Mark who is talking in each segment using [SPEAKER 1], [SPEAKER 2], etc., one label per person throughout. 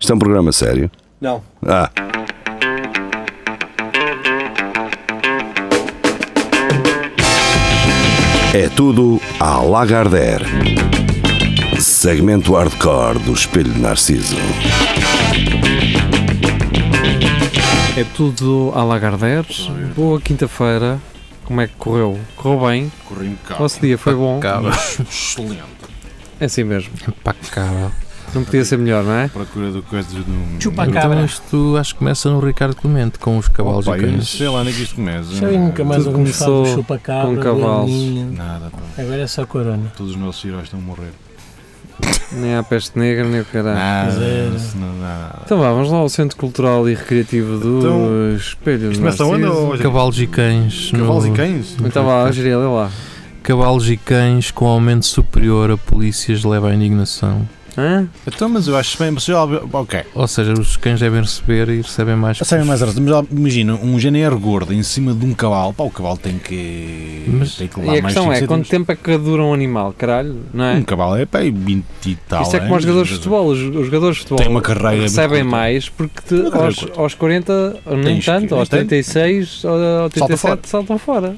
[SPEAKER 1] Isto é um programa sério.
[SPEAKER 2] Não.
[SPEAKER 1] Ah, é tudo à Lagardère. Segmento hardcore do Espelho de Narciso.
[SPEAKER 3] É tudo à Lagardère. Boa quinta-feira. Como é que correu? Correu bem.
[SPEAKER 4] Corri impecável.
[SPEAKER 3] Nosso dia foi bom.
[SPEAKER 5] Impecável.
[SPEAKER 4] Excelente.
[SPEAKER 3] É assim mesmo.
[SPEAKER 5] Impacável.
[SPEAKER 3] Não podia ser melhor, não é?
[SPEAKER 4] Procura do coisa do.
[SPEAKER 6] Chupa cá.
[SPEAKER 5] Então isto acho que começa no Ricardo Clemente com os cavalos
[SPEAKER 4] Opa,
[SPEAKER 5] e
[SPEAKER 4] eu não
[SPEAKER 5] cães.
[SPEAKER 4] sei lá onde é que isto começa.
[SPEAKER 6] Já vi nunca mais
[SPEAKER 3] Tudo
[SPEAKER 6] ouvi falar do
[SPEAKER 3] começou
[SPEAKER 6] chupa-cabra,
[SPEAKER 3] com
[SPEAKER 6] do
[SPEAKER 3] cavalos.
[SPEAKER 6] Aninho.
[SPEAKER 4] Nada, pá.
[SPEAKER 6] Agora é só corona.
[SPEAKER 4] Todos os nossos heróis estão a morrer.
[SPEAKER 3] Nem há peste negra, nem o caralho.
[SPEAKER 4] Nada,
[SPEAKER 6] zero.
[SPEAKER 4] não se- não dá nada.
[SPEAKER 3] Então vá, vamos lá ao Centro Cultural e Recreativo do
[SPEAKER 4] Então,
[SPEAKER 3] Espelho de
[SPEAKER 4] Isto começa onde?
[SPEAKER 3] Narciso.
[SPEAKER 4] ou-
[SPEAKER 5] Cavalos e cães. no-
[SPEAKER 4] Cavalos e cães?
[SPEAKER 3] Então vá, Angela, olha lá.
[SPEAKER 5] Cavalos e cães com aumento superior a polícias leva à indignação.
[SPEAKER 3] Hã?
[SPEAKER 4] Então, mas eu acho bem possível. Ok.
[SPEAKER 5] Ou seja, os cães devem receber e recebem mais. que
[SPEAKER 4] Sabem
[SPEAKER 5] os-
[SPEAKER 4] mais horas, mas ó, imagina um GNR gordo em cima de um cavalo, pá, o cavalo tem que.
[SPEAKER 5] Mas-
[SPEAKER 4] tem que
[SPEAKER 3] E a questão
[SPEAKER 4] cinco
[SPEAKER 3] é, quanto
[SPEAKER 4] centímetros.
[SPEAKER 3] tempo é que dura um animal, caralho? Não é?
[SPEAKER 4] Um cavalo é, pá, 20 e tal.
[SPEAKER 3] Isto é como os
[SPEAKER 4] anos,
[SPEAKER 3] jogadores de
[SPEAKER 4] tá mas-
[SPEAKER 3] futebol. Os, os jogadores de futebol
[SPEAKER 4] Tem uma carreira
[SPEAKER 3] recebem
[SPEAKER 4] é muito curta.
[SPEAKER 3] mais porque te-
[SPEAKER 4] Uma carreira
[SPEAKER 3] aos,
[SPEAKER 4] curta.
[SPEAKER 3] aos 40, ou nem
[SPEAKER 4] Tens que-
[SPEAKER 3] tanto, aos
[SPEAKER 4] tem.
[SPEAKER 3] 36, ou ou 37, saltam fora.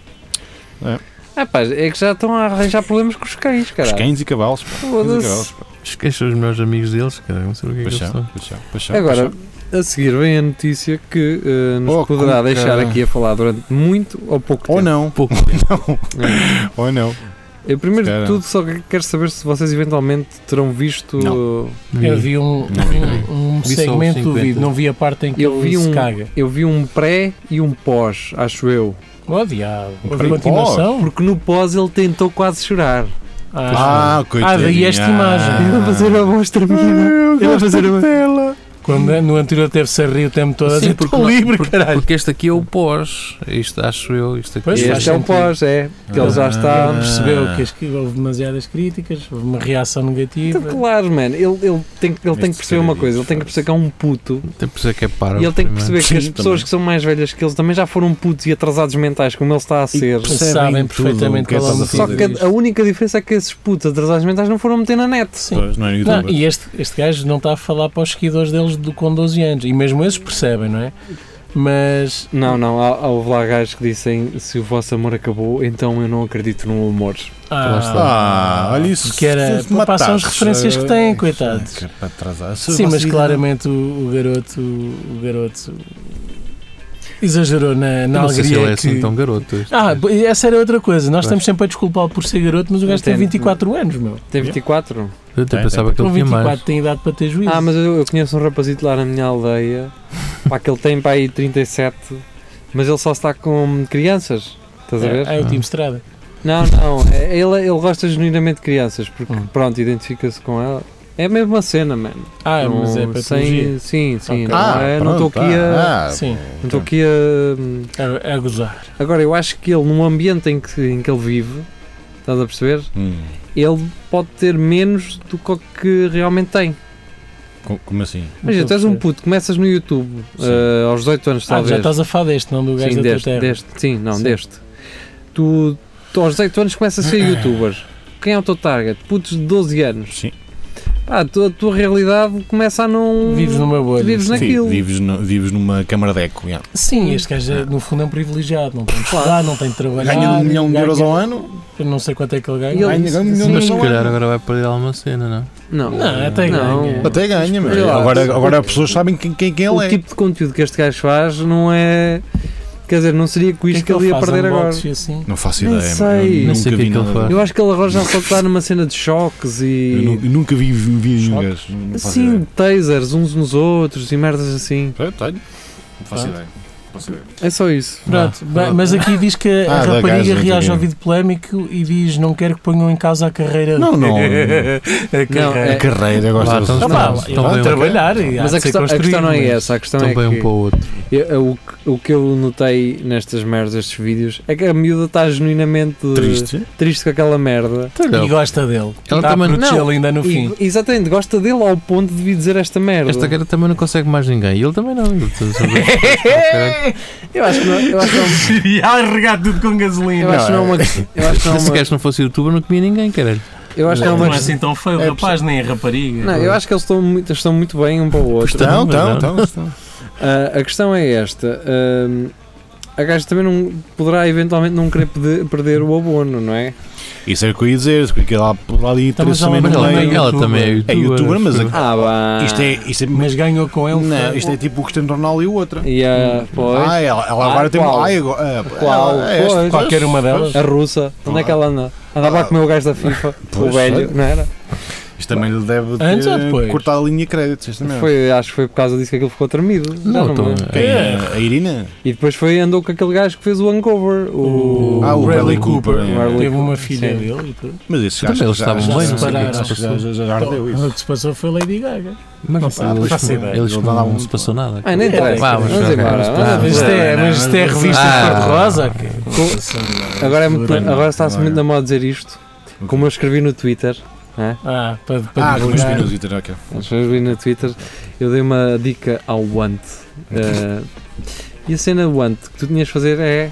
[SPEAKER 4] É.
[SPEAKER 3] Ah, pá, é que já estão a arranjar problemas com os cães,
[SPEAKER 4] Os
[SPEAKER 3] cara.
[SPEAKER 4] cães e cavalos, pá. Cães e cavalos,
[SPEAKER 3] Foda-se.
[SPEAKER 4] pá.
[SPEAKER 5] Os cães são os melhores amigos deles, cara. Não sei o que é que eles
[SPEAKER 4] Paixão,
[SPEAKER 5] são.
[SPEAKER 4] paixão, paixão.
[SPEAKER 3] Agora,
[SPEAKER 4] paixão.
[SPEAKER 3] a seguir vem a notícia que eh, nos
[SPEAKER 4] Oh,
[SPEAKER 3] poderá
[SPEAKER 4] com
[SPEAKER 3] deixar
[SPEAKER 4] cara.
[SPEAKER 3] aqui a falar durante muito ou pouco
[SPEAKER 4] Ou
[SPEAKER 3] tempo.
[SPEAKER 4] não.
[SPEAKER 5] Pouco.
[SPEAKER 4] Ou não.
[SPEAKER 3] Eu primeiro
[SPEAKER 4] Cara.
[SPEAKER 3] de tudo só que quero saber se vocês eventualmente terão visto.
[SPEAKER 6] Eu vi um,
[SPEAKER 4] Não vi, não
[SPEAKER 6] um, um
[SPEAKER 5] Vi só os
[SPEAKER 6] segmento do
[SPEAKER 5] 50.
[SPEAKER 6] vídeo, não vi a parte em que
[SPEAKER 3] Eu
[SPEAKER 6] ele
[SPEAKER 3] vi
[SPEAKER 6] se
[SPEAKER 3] um-
[SPEAKER 6] caga.
[SPEAKER 3] Eu vi um pré e um pós, acho eu.
[SPEAKER 6] Oh, diabo. Houve
[SPEAKER 4] bocadinho
[SPEAKER 6] continuação?
[SPEAKER 3] Porque no pós ele tentou quase chorar.
[SPEAKER 4] Ah, coitadinho.
[SPEAKER 6] daí esta imagem.
[SPEAKER 3] Ele a fazer a mostra menina. Ele a fazer a
[SPEAKER 6] Quando é, no anterior teve-se a rir o tempo todo. é a dizer,
[SPEAKER 5] porque
[SPEAKER 6] "Tô
[SPEAKER 5] não-
[SPEAKER 6] livre,
[SPEAKER 5] porque-
[SPEAKER 6] caralho.
[SPEAKER 5] Porque este aqui é o pós. Isto acho eu. Isto aqui
[SPEAKER 6] Pois,
[SPEAKER 5] é.
[SPEAKER 6] faz
[SPEAKER 3] Este é um
[SPEAKER 6] sentido.
[SPEAKER 3] pós, é. Que ele já
[SPEAKER 4] Ah.
[SPEAKER 3] está.
[SPEAKER 6] Ele percebeu que as- que houve demasiadas críticas, houve uma reação
[SPEAKER 3] Então,
[SPEAKER 6] negativa.
[SPEAKER 3] claro, mano, ele, ele tem, que- ele tem que
[SPEAKER 4] Este
[SPEAKER 3] perceber uma coisa, ele tem que perceber que é um puto
[SPEAKER 5] Tem que perceber que é para.
[SPEAKER 3] e ele tem que perceber que as
[SPEAKER 4] Sim,
[SPEAKER 3] pessoas
[SPEAKER 4] também.
[SPEAKER 3] que são mais velhas que ele também já foram putos e atrasados mentais, como ele está a ser.
[SPEAKER 6] percebem Sabem
[SPEAKER 4] tudo
[SPEAKER 6] perfeitamente
[SPEAKER 4] o que é
[SPEAKER 6] qual é o
[SPEAKER 4] que estás
[SPEAKER 3] Só
[SPEAKER 4] a
[SPEAKER 6] motivo
[SPEAKER 3] que
[SPEAKER 6] disto.
[SPEAKER 3] a única diferença é que esses putos atrasados mentais não foram meter na net.
[SPEAKER 6] Sim.
[SPEAKER 4] Pois, não é
[SPEAKER 6] Não,
[SPEAKER 4] youtuber.
[SPEAKER 6] e este, este gajo não está a falar para os seguidores deles do, com 12 anos. E mesmo esses percebem, não é? Mas.
[SPEAKER 3] Não, não, há, há- houve lá gajos que dissem se o vosso amor acabou, então eu não acredito no amor.
[SPEAKER 5] Lá
[SPEAKER 4] Ah, olha isso.
[SPEAKER 6] Porque era-
[SPEAKER 4] se matasse-
[SPEAKER 6] são as referências que têm, coitados.
[SPEAKER 4] É, que é para atrasar. Se
[SPEAKER 6] Sim, mas
[SPEAKER 4] você-
[SPEAKER 6] claramente o, o garoto. O garoto exagerou na, na
[SPEAKER 5] Não sei se ele
[SPEAKER 6] alegria.
[SPEAKER 5] é assim
[SPEAKER 6] que-
[SPEAKER 5] tão garoto. este.
[SPEAKER 6] Ah, bo- essa era outra coisa. Nós
[SPEAKER 5] Pois.
[SPEAKER 6] estamos sempre a desculpá-lo por ser garoto, mas o gajo tem
[SPEAKER 3] Entendo.
[SPEAKER 6] 24 anos, meu.
[SPEAKER 3] Tem 24?
[SPEAKER 5] Eu até
[SPEAKER 4] Tem,
[SPEAKER 5] pensava que
[SPEAKER 6] Com
[SPEAKER 5] ele tinha
[SPEAKER 6] 24
[SPEAKER 5] mais.
[SPEAKER 6] tem um idade para ter juízo.
[SPEAKER 3] Ah, mas eu, eu conheço um rapazito lá na minha aldeia, pá, que ele tem para aí 37, mas ele só está com crianças. Estás a ver?
[SPEAKER 6] É, é o time Estrada.
[SPEAKER 3] Não, não, é- ele, ele gosta genuinamente de crianças, porque
[SPEAKER 6] Hum.
[SPEAKER 3] pronto, identifica-se com ela. É a mesma cena, mano.
[SPEAKER 6] Ah, mas é para
[SPEAKER 3] sem, Sim, sim.
[SPEAKER 6] Ok.
[SPEAKER 3] não
[SPEAKER 4] Ah,
[SPEAKER 3] é- não estou
[SPEAKER 4] pronto,
[SPEAKER 3] aqui a.
[SPEAKER 4] ah, ah,
[SPEAKER 6] Sim,
[SPEAKER 3] Não estou aqui a. hum,
[SPEAKER 6] é, é gozar.
[SPEAKER 3] Agora, eu acho que ele, no ambiente em que, em que ele vive, estás a perceber?
[SPEAKER 4] hum,
[SPEAKER 3] Ele pode ter menos do que o que realmente tem.
[SPEAKER 6] Então,
[SPEAKER 4] co- como assim?
[SPEAKER 3] Mas tu és um puto, começas no YouTube
[SPEAKER 4] Sim.
[SPEAKER 3] eh, aos 18 anos,
[SPEAKER 6] Ah,
[SPEAKER 3] talvez.
[SPEAKER 6] já estás a falar deste, não do gajo
[SPEAKER 3] Sim,
[SPEAKER 6] da tua
[SPEAKER 3] deste,
[SPEAKER 6] terra.
[SPEAKER 3] deste, sim, não,
[SPEAKER 6] Sim.
[SPEAKER 3] deste. Tu, tu aos 18 anos começas a ser youtuber. Quem é o teu target? Putos de 12 anos.
[SPEAKER 4] Sim.
[SPEAKER 3] Ah, tu- a tua realidade começa a não.
[SPEAKER 6] Vives numa bolha.
[SPEAKER 3] Vives
[SPEAKER 4] Sim,
[SPEAKER 3] naquilo.
[SPEAKER 4] vives, no- vives numa câmara de eco. yeah.
[SPEAKER 6] Sim, este gajo é, no fundo é um privilegiado, não tem de
[SPEAKER 3] Claro.
[SPEAKER 6] estudar, não tem de trabalhar.
[SPEAKER 4] Ganha um milhão de
[SPEAKER 6] ganha-
[SPEAKER 4] euros ao ano.
[SPEAKER 6] Eu não sei quanto é que ele ganha.
[SPEAKER 3] E ele-
[SPEAKER 4] Ganha ganha um milhão de
[SPEAKER 3] Sim.
[SPEAKER 5] Mas
[SPEAKER 4] euros
[SPEAKER 5] se
[SPEAKER 4] ao
[SPEAKER 5] calhar
[SPEAKER 4] ano.
[SPEAKER 5] agora vai perder alguma cena, não?
[SPEAKER 3] Não.
[SPEAKER 6] Não, até
[SPEAKER 3] Não.
[SPEAKER 6] ganha.
[SPEAKER 4] Até ganha, mas
[SPEAKER 3] Relaxa.
[SPEAKER 4] agora, agora as pessoas sabem quem, quem, quem
[SPEAKER 3] o
[SPEAKER 4] ele é.
[SPEAKER 3] tipo de conteúdo que este gajo faz não é. Quer dizer, não seria com
[SPEAKER 6] O é
[SPEAKER 3] isto que, ele ia
[SPEAKER 6] faz,
[SPEAKER 3] perder agora.
[SPEAKER 6] unboxing Assim?
[SPEAKER 4] Não faço
[SPEAKER 3] Nem
[SPEAKER 4] ideia.
[SPEAKER 3] sei.
[SPEAKER 4] mano, eu
[SPEAKER 3] Nem
[SPEAKER 5] sei o
[SPEAKER 4] nunca
[SPEAKER 5] que é
[SPEAKER 4] vi
[SPEAKER 5] que ele
[SPEAKER 4] nada.
[SPEAKER 5] faz.
[SPEAKER 3] Eu acho que ele agora já só está numa cena de choques
[SPEAKER 4] Eu
[SPEAKER 3] e.
[SPEAKER 4] nu- eu nunca vi vi um gajo. não faço
[SPEAKER 3] Sim,
[SPEAKER 4] ideia.
[SPEAKER 3] tasers uns nos outros e merdas assim.
[SPEAKER 4] Eu É, tenho. Não faço ideia. Não faço ideia.
[SPEAKER 3] É só isso.
[SPEAKER 6] Pronto,
[SPEAKER 5] Vá,
[SPEAKER 6] bem,
[SPEAKER 5] vá.
[SPEAKER 6] mas aqui diz que a
[SPEAKER 4] Ah, da
[SPEAKER 6] rapariga
[SPEAKER 4] gaja,
[SPEAKER 6] reage
[SPEAKER 4] diga.
[SPEAKER 6] ao vídeo polémico e diz não quero que ponham em causa a carreira.
[SPEAKER 4] Não, não.
[SPEAKER 6] a
[SPEAKER 3] Não,
[SPEAKER 6] carreira.
[SPEAKER 3] é-
[SPEAKER 4] A carreira, eu gosto
[SPEAKER 5] Lá,
[SPEAKER 4] de-
[SPEAKER 5] então-
[SPEAKER 6] Ah, pá,
[SPEAKER 5] Não,
[SPEAKER 6] ele
[SPEAKER 5] também
[SPEAKER 6] vai
[SPEAKER 5] um
[SPEAKER 6] trabalhar e há
[SPEAKER 3] Mas
[SPEAKER 6] de
[SPEAKER 3] a
[SPEAKER 6] ser
[SPEAKER 3] questão, a
[SPEAKER 6] construído,
[SPEAKER 3] questão não é
[SPEAKER 6] mas-
[SPEAKER 3] essa, a questão é
[SPEAKER 5] Também um
[SPEAKER 3] que
[SPEAKER 5] para o outro.
[SPEAKER 3] Eu- eu- o, que- o que eu notei nestas merdas, estes vídeos, é que a miúda está genuinamente
[SPEAKER 4] Triste.
[SPEAKER 3] triste com aquela merda.
[SPEAKER 6] E gosta dele.
[SPEAKER 5] Ela
[SPEAKER 6] Está a
[SPEAKER 5] também-
[SPEAKER 6] protegê-lo
[SPEAKER 3] Não.
[SPEAKER 6] ainda no fim.
[SPEAKER 3] E, exatamente, gosta dele ao ponto de vir dizer esta merda.
[SPEAKER 5] Esta cara também não consegue mais ninguém. E ele também não. Ele tá- só- Caralho.
[SPEAKER 3] Eu acho que não, eu acho que não,
[SPEAKER 6] E arregar tudo com gasolina.
[SPEAKER 3] eu acho que não é uma. Eu acho que não é
[SPEAKER 5] Se esse
[SPEAKER 3] uma
[SPEAKER 5] gajo não fosse youtuber, não comia ninguém, caralho.
[SPEAKER 3] Eu acho que é uma
[SPEAKER 6] Não é assim tão feio,
[SPEAKER 3] é
[SPEAKER 6] rapaz, nem a rapariga.
[SPEAKER 3] Não, eu acho que eles estão muito, estão muito bem um para o outro.
[SPEAKER 4] Estão,
[SPEAKER 5] mas
[SPEAKER 4] estão,
[SPEAKER 5] não.
[SPEAKER 4] estão, estão.
[SPEAKER 3] Ah, a questão é esta. ahm, a gaja também não poderá eventualmente não querer pede- perder o abono, não é?
[SPEAKER 4] Isso é o que eu ia dizer, porque aquela lá ali
[SPEAKER 6] Então, mas
[SPEAKER 4] três também
[SPEAKER 6] há
[SPEAKER 4] no
[SPEAKER 6] uma
[SPEAKER 5] Mas ela,
[SPEAKER 6] é
[SPEAKER 4] meio.
[SPEAKER 5] ela também é
[SPEAKER 4] É
[SPEAKER 5] youtuber.
[SPEAKER 4] youtuber, mas
[SPEAKER 5] acho eu.
[SPEAKER 3] Ah, vá.
[SPEAKER 4] Isto é, isto é,
[SPEAKER 6] Mas um ganhou com ele.
[SPEAKER 4] não, isto é tipo o Cristiano Ronaldo e o outra.
[SPEAKER 3] E a, pois,
[SPEAKER 4] Ah, ela, ela
[SPEAKER 3] Ah,
[SPEAKER 4] agora tem
[SPEAKER 3] qual?
[SPEAKER 4] uma. Ai, agora, ah,
[SPEAKER 3] Qual?
[SPEAKER 4] ela- é esta,
[SPEAKER 3] Pois.
[SPEAKER 6] Qualquer uma delas.
[SPEAKER 3] a russa, onde é que ela anda? Andava a comer o gajo da FIFA, o
[SPEAKER 4] Pois,
[SPEAKER 3] velho,
[SPEAKER 4] olha.
[SPEAKER 3] não era?
[SPEAKER 4] Isto também lhe deve
[SPEAKER 6] Antes ou depois?
[SPEAKER 4] ter cortado a linha de créditos. Isto também.
[SPEAKER 3] Foi, acho que foi por causa disso que aquilo ficou tremido. já
[SPEAKER 5] Não,
[SPEAKER 3] não me
[SPEAKER 5] então,
[SPEAKER 3] lembro.
[SPEAKER 4] Quem?
[SPEAKER 5] é-
[SPEAKER 4] A- A Irina?
[SPEAKER 3] E depois foi andou com aquele gajo que fez o Uncover. O...
[SPEAKER 6] O-
[SPEAKER 4] Ah, o Bradley
[SPEAKER 6] Bradley
[SPEAKER 4] Cooper.
[SPEAKER 3] Cooper.
[SPEAKER 4] é.
[SPEAKER 3] Bradley-
[SPEAKER 6] Teve uma filha
[SPEAKER 3] Sim.
[SPEAKER 6] dele e tudo.
[SPEAKER 4] Mas isso
[SPEAKER 5] Também eles estavam
[SPEAKER 6] bem, não sei o que é que
[SPEAKER 4] já,
[SPEAKER 5] se
[SPEAKER 4] já,
[SPEAKER 5] passou.
[SPEAKER 4] já, já ardeu isso.
[SPEAKER 6] O que se passou foi Lady Gaga.
[SPEAKER 5] Mas não,
[SPEAKER 6] Não
[SPEAKER 5] sei,
[SPEAKER 6] faço
[SPEAKER 5] eles,
[SPEAKER 6] ideia.
[SPEAKER 5] eles
[SPEAKER 4] Não
[SPEAKER 5] não,
[SPEAKER 4] dava
[SPEAKER 5] não
[SPEAKER 4] um-
[SPEAKER 5] se passou nada.
[SPEAKER 3] Ah, nem interessa.
[SPEAKER 5] Vá,
[SPEAKER 3] Vamos,
[SPEAKER 5] vamos
[SPEAKER 3] embora.
[SPEAKER 5] para-
[SPEAKER 3] vamos
[SPEAKER 5] vamos
[SPEAKER 6] Isto
[SPEAKER 3] embora.
[SPEAKER 6] é, mas isto é
[SPEAKER 5] não.
[SPEAKER 6] revista
[SPEAKER 5] Ah.
[SPEAKER 6] cor-de-rosa. ok?
[SPEAKER 3] Agora, é muito-
[SPEAKER 4] Bradley-
[SPEAKER 3] agora está-se muito na moda dizer isto,
[SPEAKER 4] Ok.
[SPEAKER 3] como eu escrevi no Twitter.
[SPEAKER 6] Ah, para, para
[SPEAKER 4] Ah, com os
[SPEAKER 6] divulgar.
[SPEAKER 4] pinos e tal, ok.
[SPEAKER 3] Eu Escrevi no Twitter, eu dei uma dica ao Want. eh, e a cena Want que tu tinhas de fazer é.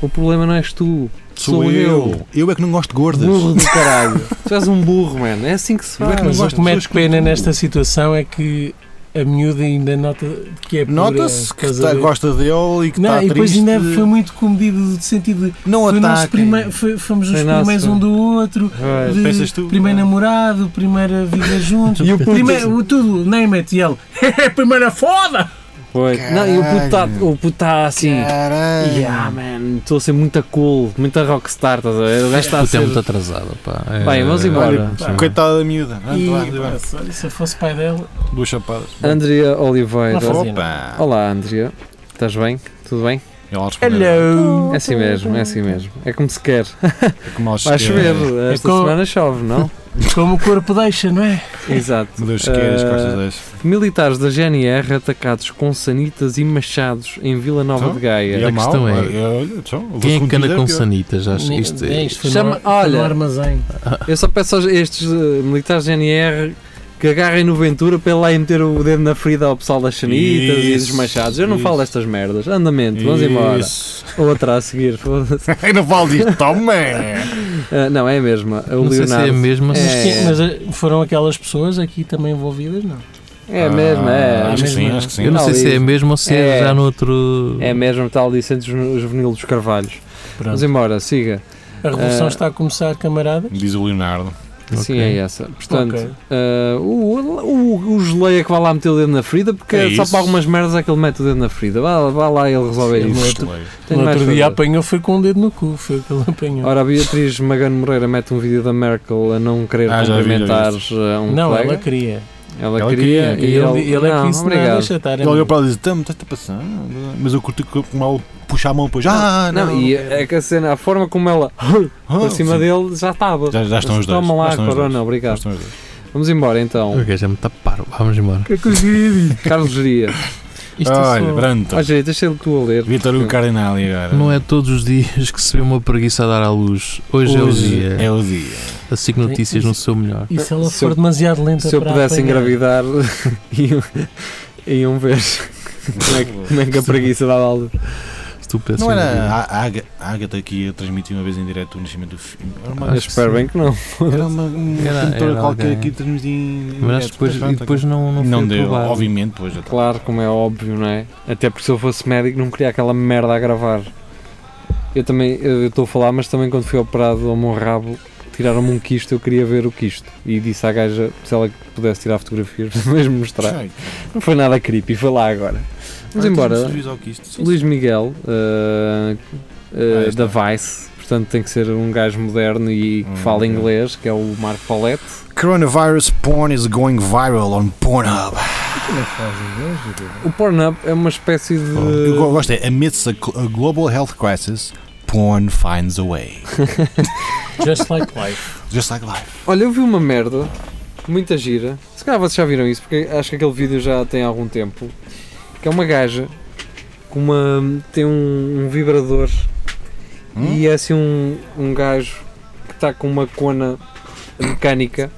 [SPEAKER 3] O problema não és tu,
[SPEAKER 4] Sou eu. Eu é que não gosto de gordas.
[SPEAKER 3] burro do caralho. tu és um burro, mano. É assim que se faz.
[SPEAKER 4] é que
[SPEAKER 6] Mas
[SPEAKER 4] não
[SPEAKER 6] o
[SPEAKER 4] gosto
[SPEAKER 6] que
[SPEAKER 4] de
[SPEAKER 6] mete
[SPEAKER 4] pessoas que
[SPEAKER 6] pena
[SPEAKER 4] tudo.
[SPEAKER 6] nesta situação é que a miúda ainda nota que é pura,
[SPEAKER 4] Nota-se que
[SPEAKER 6] estás a
[SPEAKER 4] está-
[SPEAKER 6] ver?
[SPEAKER 4] gosta dele e que
[SPEAKER 6] Não,
[SPEAKER 4] está
[SPEAKER 6] e depois
[SPEAKER 4] triste.
[SPEAKER 6] ainda é foi muito comedido no sentido de
[SPEAKER 4] Não
[SPEAKER 6] foi o nosso
[SPEAKER 4] ataque.
[SPEAKER 6] prime- foi- fomos os
[SPEAKER 3] Foi nosso.
[SPEAKER 6] primeiros um do outro,
[SPEAKER 3] Vai.
[SPEAKER 6] de
[SPEAKER 4] Pensas tu?
[SPEAKER 6] primeiro
[SPEAKER 4] Ah.
[SPEAKER 6] namorado, primeira vida juntos,
[SPEAKER 3] E o puto-
[SPEAKER 6] primeiro, o tudo, name it, e ele, É, primeira foda!
[SPEAKER 3] Foi. Não, e o puto tá-
[SPEAKER 4] Caralho.
[SPEAKER 3] o puto está assim.
[SPEAKER 4] Caralho.
[SPEAKER 6] é,
[SPEAKER 3] Yeah, man, estou a ser muito cool, muita rockstar, estás a ver? O gajo está a
[SPEAKER 5] Puta, é
[SPEAKER 3] ser.
[SPEAKER 5] muito atrasado, pá. É-
[SPEAKER 3] Bem, vamos embora.
[SPEAKER 5] Sim.
[SPEAKER 4] Coitada da miúda. Anda
[SPEAKER 6] E, é,
[SPEAKER 4] lá, anda lá.
[SPEAKER 6] pá, se- se eu fosse pai dela,
[SPEAKER 4] Duas chapadas.
[SPEAKER 3] Andrea Oliveira.
[SPEAKER 6] Lá fora.
[SPEAKER 4] Opa!
[SPEAKER 3] Olá, Andrea. Estás bem? Tudo bem?
[SPEAKER 4] Ela respondeu.
[SPEAKER 6] hello!
[SPEAKER 3] É assim mesmo, é assim mesmo. É como se quer.
[SPEAKER 4] é Como elas
[SPEAKER 3] Vai chover.
[SPEAKER 4] querem.
[SPEAKER 3] Esta
[SPEAKER 6] com-
[SPEAKER 3] semana chove, não?
[SPEAKER 6] Como o corpo deixa, não é?
[SPEAKER 3] Exato.
[SPEAKER 4] Meu Deus, sequer as
[SPEAKER 3] Ah,
[SPEAKER 4] costas deixam.
[SPEAKER 3] Militares da GNR atacados com sanitas e machados em Vila Nova
[SPEAKER 4] Então,
[SPEAKER 3] de Gaia.
[SPEAKER 5] a questão é, Quem é que anda com sanitas? Acho isto
[SPEAKER 6] É,
[SPEAKER 5] é.
[SPEAKER 6] isto foi
[SPEAKER 3] Chama-
[SPEAKER 6] no, foi
[SPEAKER 3] olha.
[SPEAKER 6] no armazém.
[SPEAKER 3] Eu só peço aos estes eh, militares da GNR que agarrem no Ventura para ele lá ir meter o dedo na ferida ao pessoal das sanitas e dos
[SPEAKER 4] Isso,
[SPEAKER 3] machados. Eu não
[SPEAKER 4] isso.
[SPEAKER 3] falo destas merdas. Andamento, vamos embora. Outra a seguir, foda-se.
[SPEAKER 4] Eu não falo disto, toma!
[SPEAKER 3] Ah, não, é a mesma. É O
[SPEAKER 5] Não sei se é assim.
[SPEAKER 3] Leonardo.
[SPEAKER 5] a mesma.
[SPEAKER 3] É.
[SPEAKER 6] Mas quem- Mas eh, foram aquelas pessoas aqui também envolvidas, não?
[SPEAKER 3] É a mesma, é.
[SPEAKER 4] Ah, Acho que sim,
[SPEAKER 6] mesmo.
[SPEAKER 4] acho que sim.
[SPEAKER 5] Eu não sei se é a mesma ou se é
[SPEAKER 3] É.
[SPEAKER 5] já noutro.
[SPEAKER 3] É mesmo tal licença juvenil dos Carvalhos.
[SPEAKER 6] Pronto.
[SPEAKER 3] Vamos embora, siga.
[SPEAKER 6] A revolução
[SPEAKER 3] Ah.
[SPEAKER 6] está a começar, camarada.
[SPEAKER 4] Diz o Leonardo.
[SPEAKER 3] Sim, é essa. Portanto,
[SPEAKER 6] Ok.
[SPEAKER 3] ah, o, o, o geleia que vai lá meter o dedo na ferida, porque
[SPEAKER 4] É
[SPEAKER 3] só
[SPEAKER 4] isso.
[SPEAKER 3] para algumas merdas é que ele mete o dedo na ferida. Vá, vá lá ele resolve
[SPEAKER 4] É
[SPEAKER 6] Sim,
[SPEAKER 3] É isso.
[SPEAKER 6] mas-
[SPEAKER 3] Tenho
[SPEAKER 6] no
[SPEAKER 3] mais
[SPEAKER 6] outro
[SPEAKER 3] para
[SPEAKER 6] dia
[SPEAKER 3] dizer.
[SPEAKER 6] apanhou, foi com o dedo no cu. Foi o que ele apanhou.
[SPEAKER 3] Ora, a Beatriz Magano Moreira mete um vídeo da Merkel a não querer
[SPEAKER 4] Ah, já vi,
[SPEAKER 3] cumprimentar
[SPEAKER 4] já
[SPEAKER 3] ah, um
[SPEAKER 6] não,
[SPEAKER 3] colega.
[SPEAKER 6] ela queria.
[SPEAKER 3] Ela,
[SPEAKER 4] Ela
[SPEAKER 3] queria.
[SPEAKER 4] queria,
[SPEAKER 6] E ele, ele é
[SPEAKER 3] não,
[SPEAKER 6] que disse: não,
[SPEAKER 3] obrigado.
[SPEAKER 6] deixa estar.
[SPEAKER 4] Ele olhou para ela e disse: Tamo, estás-te a passar? Mas eu curto que- como ela puxa a mão depois. Ah,
[SPEAKER 3] não,
[SPEAKER 4] não!
[SPEAKER 3] e é que a cena, a forma como ela
[SPEAKER 4] Ah,
[SPEAKER 3] por cima
[SPEAKER 4] sim.
[SPEAKER 3] dele já estava.
[SPEAKER 4] Já, já estão os dois.
[SPEAKER 3] Toma
[SPEAKER 4] já
[SPEAKER 3] lá,
[SPEAKER 4] estão os
[SPEAKER 3] Corona,
[SPEAKER 4] dois. Já
[SPEAKER 3] obrigado.
[SPEAKER 4] estão os dois.
[SPEAKER 3] Vamos embora então.
[SPEAKER 5] O gajo é muito paro. Vamos embora.
[SPEAKER 3] Carlos Geria.
[SPEAKER 4] Então.
[SPEAKER 5] Isto é
[SPEAKER 4] Olha,
[SPEAKER 5] só-
[SPEAKER 4] Branto.
[SPEAKER 3] Ó, Geria, deixa ele tu a ler.
[SPEAKER 4] Vitor o Cardinali agora.
[SPEAKER 5] Não é todos os dias que se vê uma preguiça a dar à luz. Hoje, é o dia.
[SPEAKER 4] É o dia.
[SPEAKER 5] A SIC Notícias no seu melhor.
[SPEAKER 6] E se ela
[SPEAKER 3] Se
[SPEAKER 6] for
[SPEAKER 3] eu-
[SPEAKER 6] demasiado lenta
[SPEAKER 3] Se eu
[SPEAKER 6] para
[SPEAKER 3] pudesse
[SPEAKER 6] apanhar?
[SPEAKER 3] engravidar, um, iam- iam ver como é que- como é que a preguiça dá algo.
[SPEAKER 5] Se tu pensas
[SPEAKER 4] Não
[SPEAKER 5] em
[SPEAKER 4] era
[SPEAKER 5] vida.
[SPEAKER 4] a, a, Aga- a Agatha que ia transmitir uma vez em direto o nascimento do filho. Era uma,
[SPEAKER 5] Acho
[SPEAKER 3] Eu
[SPEAKER 5] que
[SPEAKER 3] espero
[SPEAKER 5] sim.
[SPEAKER 3] bem que não.
[SPEAKER 4] era uma, uma
[SPEAKER 5] Era-
[SPEAKER 4] cantora
[SPEAKER 5] era
[SPEAKER 4] qualquer
[SPEAKER 5] alguém.
[SPEAKER 4] que ia transmitir em em
[SPEAKER 5] Mas acho
[SPEAKER 4] direto.
[SPEAKER 5] que depois,
[SPEAKER 4] Pronto,
[SPEAKER 5] e depois não, não,
[SPEAKER 4] não,
[SPEAKER 5] foi
[SPEAKER 4] deu,
[SPEAKER 5] aprovado.
[SPEAKER 4] obviamente, depois já tá.
[SPEAKER 3] Claro, como é óbvio, não é? Até porque se eu fosse médico não queria aquela merda a gravar. Eu também, eu estou a falar, mas também quando fui operado ao meu rabo, tiraram-me um quisto, eu queria ver o quisto. E disse à gaja se ela pudesse tirar fotografias para mesmo mostrar.
[SPEAKER 4] Ai,
[SPEAKER 3] Não foi nada creepy, foi lá agora. Vamos
[SPEAKER 4] ai,
[SPEAKER 3] embora.
[SPEAKER 4] tens um sorriso ao que isto. Sim,
[SPEAKER 3] Luís Miguel, eh, eh,
[SPEAKER 4] Ah,
[SPEAKER 3] da
[SPEAKER 4] está.
[SPEAKER 3] Vice, portanto tem que ser um gajo moderno e que
[SPEAKER 4] Hum,
[SPEAKER 3] fala
[SPEAKER 4] ok.
[SPEAKER 3] inglês, que é o Marco Paulette.
[SPEAKER 4] Coronavirus porn is going viral on Pornhub.
[SPEAKER 3] O Pornhub é uma espécie de.
[SPEAKER 4] Eu go- gosto é amidst a, gl- a global health crisis, porn finds a way.
[SPEAKER 6] Just like life.
[SPEAKER 4] Just like life.
[SPEAKER 3] Olha, eu vi uma merda, muita gira. Se calhar vocês já viram isso, porque acho que aquele vídeo já tem algum tempo. Que é uma gaja com uma. tem um, um vibrador
[SPEAKER 4] Hum?
[SPEAKER 3] e é assim um, um gajo que está com uma cona mecânica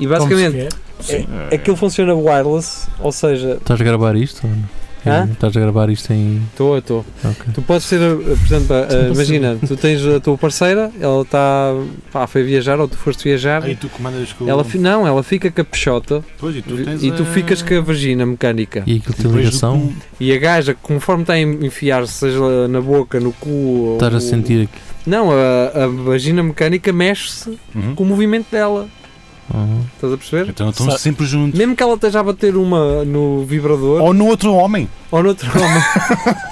[SPEAKER 3] e basicamente
[SPEAKER 6] Como se quer.
[SPEAKER 4] Sim.
[SPEAKER 3] aquilo funciona wireless, ou seja,
[SPEAKER 5] Estás a gravar isto? ou não?
[SPEAKER 3] Hã?
[SPEAKER 5] Hum, Estás a gravar isto em.
[SPEAKER 3] Estou, estou.
[SPEAKER 5] Ok.
[SPEAKER 3] Tu podes ser, uh, por exemplo, uh, imagina, tu tens a tua parceira, ela está, pá, foi viajar ou tu foste viajar.
[SPEAKER 4] Aí tu comandas com
[SPEAKER 3] Ela, fi- não, ela fica com a peixota
[SPEAKER 4] Pois, e tu tens
[SPEAKER 3] e tu
[SPEAKER 4] a-
[SPEAKER 3] ficas com a vagina mecânica.
[SPEAKER 5] E aquilo tem
[SPEAKER 4] Depois do
[SPEAKER 5] ligação?
[SPEAKER 4] cu-
[SPEAKER 3] E a gaja, conforme está a enfiar, seja na boca, no cu. ou-
[SPEAKER 5] Estás a sentir aqui.
[SPEAKER 3] Não, a, a vagina mecânica mexe-se
[SPEAKER 4] Uhum.
[SPEAKER 3] com o movimento dela.
[SPEAKER 5] Ah.
[SPEAKER 3] Estás a perceber?
[SPEAKER 4] Então estão
[SPEAKER 6] Sa-
[SPEAKER 4] sempre juntos.
[SPEAKER 3] Mesmo que ela esteja a bater uma no vibrador
[SPEAKER 4] Ou no outro homem.
[SPEAKER 3] ou noutro homem.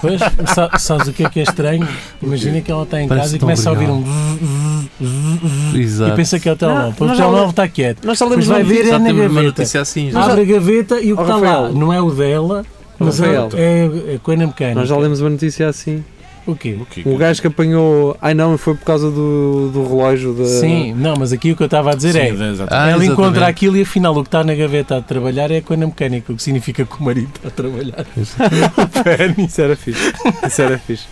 [SPEAKER 6] Pois, sa- sabes o que é que é estranho? Imagina que ela está em
[SPEAKER 5] Parece
[SPEAKER 6] casa e
[SPEAKER 5] tão
[SPEAKER 6] começa a ouvir
[SPEAKER 5] legal.
[SPEAKER 6] um zzz, zzz, zzz, zzz,
[SPEAKER 5] Exato. é
[SPEAKER 6] e pensa que é o telemóvel,
[SPEAKER 3] Não,
[SPEAKER 6] porque o
[SPEAKER 3] mas
[SPEAKER 6] telemóvel
[SPEAKER 3] ela-
[SPEAKER 6] está quieto.
[SPEAKER 3] Nós só lemos
[SPEAKER 6] Mas vai
[SPEAKER 3] um
[SPEAKER 6] ver
[SPEAKER 3] vídeo.
[SPEAKER 5] Já
[SPEAKER 6] na
[SPEAKER 5] temos uma
[SPEAKER 6] gaveta.
[SPEAKER 5] notícia assim. já.
[SPEAKER 3] Mas
[SPEAKER 6] Abre a gaveta e o que
[SPEAKER 3] Oh,
[SPEAKER 6] está lá
[SPEAKER 3] Rafael.
[SPEAKER 6] não é o dela, mas é,
[SPEAKER 3] Rafael.
[SPEAKER 6] é, é coisa mecânica.
[SPEAKER 3] Nós já lemos uma notícia assim.
[SPEAKER 6] O quê?
[SPEAKER 4] O quê?
[SPEAKER 3] O gajo que apanhou. Ai não, foi por causa do, do relógio da.
[SPEAKER 6] Sim, não, mas aqui o que eu estava a dizer
[SPEAKER 4] Sim,
[SPEAKER 6] é.
[SPEAKER 4] exato.
[SPEAKER 5] Ah,
[SPEAKER 6] ela
[SPEAKER 5] exatamente.
[SPEAKER 6] encontra aquilo e afinal o que está na gaveta a trabalhar é a coina mecânica, o que significa que o marido está a trabalhar.
[SPEAKER 3] Isso era fixe. Isso era fixe.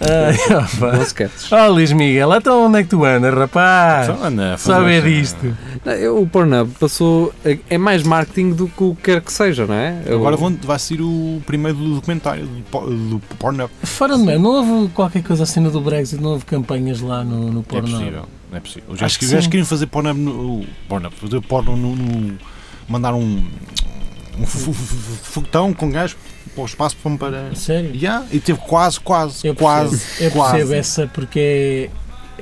[SPEAKER 6] Ai,
[SPEAKER 3] Não
[SPEAKER 6] Ah, opa.
[SPEAKER 3] se queres.
[SPEAKER 6] oh, Luís Miguel, então onde é que tu andas, rapaz?
[SPEAKER 4] Então anda a
[SPEAKER 6] Sabe
[SPEAKER 4] fazer
[SPEAKER 6] é
[SPEAKER 4] essa-
[SPEAKER 6] disto.
[SPEAKER 3] Não, eu- O Pornhub passou. é- É mais marketing do que o que quer que seja, não é? Eu-
[SPEAKER 4] Agora vão, vai sair o primeiro documentário do, po- do Pornhub.
[SPEAKER 6] Fora de mim, não houve qualquer coisa assim do Brexit, não houve campanhas lá no, no
[SPEAKER 4] É
[SPEAKER 6] Pornhub?
[SPEAKER 4] possível. Não é possível. Os
[SPEAKER 6] Acho
[SPEAKER 4] gajos
[SPEAKER 6] que
[SPEAKER 4] que- os gajos
[SPEAKER 6] sim.
[SPEAKER 4] queriam fazer Pornhub no. Pornhub. Fazer porno no. no- mandar um. Um fu- fu- fu- foguetão com gajo para o espaço para. para
[SPEAKER 6] Sério?
[SPEAKER 4] Yeah, e teve quase, quase,
[SPEAKER 6] Eu percebo,
[SPEAKER 4] quase.
[SPEAKER 6] eu
[SPEAKER 4] quase.
[SPEAKER 6] percebo essa porque é.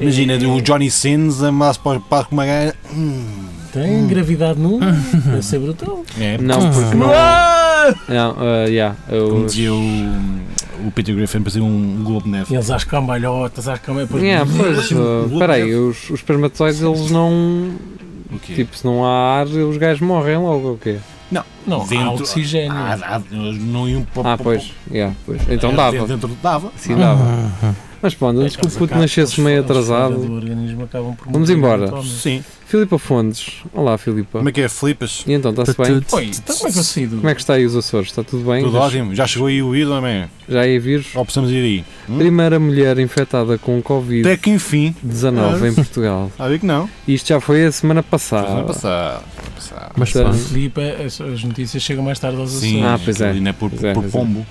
[SPEAKER 4] Imagina,
[SPEAKER 6] é,
[SPEAKER 4] o Johnny Sins amasse para, para com uma gaja. Hum,
[SPEAKER 6] Tem gravidade nula, deve ser brutal.
[SPEAKER 4] é,
[SPEAKER 3] Não, porque não.
[SPEAKER 6] Ah!
[SPEAKER 3] Não, ah, yeah,
[SPEAKER 4] Como
[SPEAKER 3] eu-
[SPEAKER 4] dizia o, o Peter Griffin, parecia um globo de neve.
[SPEAKER 6] Eles é às cambalhotas, às cambalhotas.
[SPEAKER 3] Yeah, pois, ah, espera aí, os, os espermatozoides eles não.
[SPEAKER 4] O quê?
[SPEAKER 3] Tipo, se não há ar, os gajos morrem logo ou o quê?
[SPEAKER 6] Não, há
[SPEAKER 4] Dentro-
[SPEAKER 6] oxigênio.
[SPEAKER 4] Ah, ah, eles não iam para.
[SPEAKER 3] Ah, pois, yeah, pois.
[SPEAKER 4] É,
[SPEAKER 3] Então dava.
[SPEAKER 4] Dentro dava.
[SPEAKER 3] Sim, dava. Mas pronto, antes que o
[SPEAKER 6] Eles
[SPEAKER 3] puto
[SPEAKER 6] acabam-
[SPEAKER 3] nascesse meio
[SPEAKER 6] eles fora- eles fora do
[SPEAKER 4] um-
[SPEAKER 3] atrasado.
[SPEAKER 6] organismo acabam por
[SPEAKER 3] Vamos
[SPEAKER 6] morrer
[SPEAKER 3] embora.
[SPEAKER 6] eventualmente.
[SPEAKER 4] Sim.
[SPEAKER 3] Filipa Fontes. Olá, Filipa.
[SPEAKER 4] Como é que é? Flipas? tá
[SPEAKER 3] E então, está-se bem?
[SPEAKER 6] Oi, então como é que eu saí do-
[SPEAKER 3] Como é que está aí os Açores? Está tudo bem?
[SPEAKER 4] Tudo ótimo. Já chegou aí o ídolo, man.
[SPEAKER 3] Já é vírus?
[SPEAKER 4] Ou precisamos ir aí? Hum?
[SPEAKER 3] Primeira mulher infectada com
[SPEAKER 4] Até que enfim.
[SPEAKER 3] Covid-19 em Portugal.
[SPEAKER 4] A ver que não. é
[SPEAKER 3] Isto já foi a semana
[SPEAKER 4] Vai
[SPEAKER 3] passada.
[SPEAKER 4] passar. vai passar.
[SPEAKER 5] Mas
[SPEAKER 3] Sério?
[SPEAKER 5] pronto.
[SPEAKER 6] Filipe, as, as notícias chegam mais tarde aos
[SPEAKER 4] Sim,
[SPEAKER 6] Açores.
[SPEAKER 3] Ah, pois é.
[SPEAKER 4] aquilo ainda é por,
[SPEAKER 3] Pois é,
[SPEAKER 4] por
[SPEAKER 3] pois é.
[SPEAKER 4] pombo.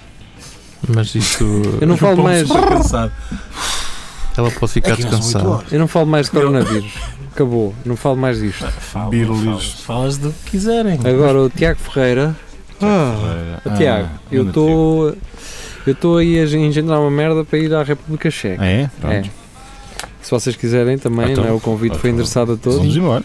[SPEAKER 5] Mas isto.
[SPEAKER 3] Eu
[SPEAKER 4] um
[SPEAKER 3] não falo mais,
[SPEAKER 6] Cansado.
[SPEAKER 5] Ela pode ficar
[SPEAKER 4] Aqui não são oito
[SPEAKER 5] descansada.
[SPEAKER 4] horas.
[SPEAKER 3] eu não falo mais de coronavírus. Acabou, não falo mais disto.
[SPEAKER 6] Fala,
[SPEAKER 4] Birulis.
[SPEAKER 6] falas- Falas do que quiserem.
[SPEAKER 3] Agora o Tiago Ferreira. Ah,
[SPEAKER 4] Ah,
[SPEAKER 3] Tiago, eu
[SPEAKER 4] ainda
[SPEAKER 3] estou eu estou aí a engendrar uma merda para ir à República Checa.
[SPEAKER 4] tive. É?
[SPEAKER 3] É.
[SPEAKER 4] Pronto.
[SPEAKER 3] Se vocês quiserem também,
[SPEAKER 4] Então,
[SPEAKER 3] não é? o convite foi
[SPEAKER 4] então,
[SPEAKER 3] endereçado a
[SPEAKER 4] Vamos
[SPEAKER 3] todos.
[SPEAKER 4] embora.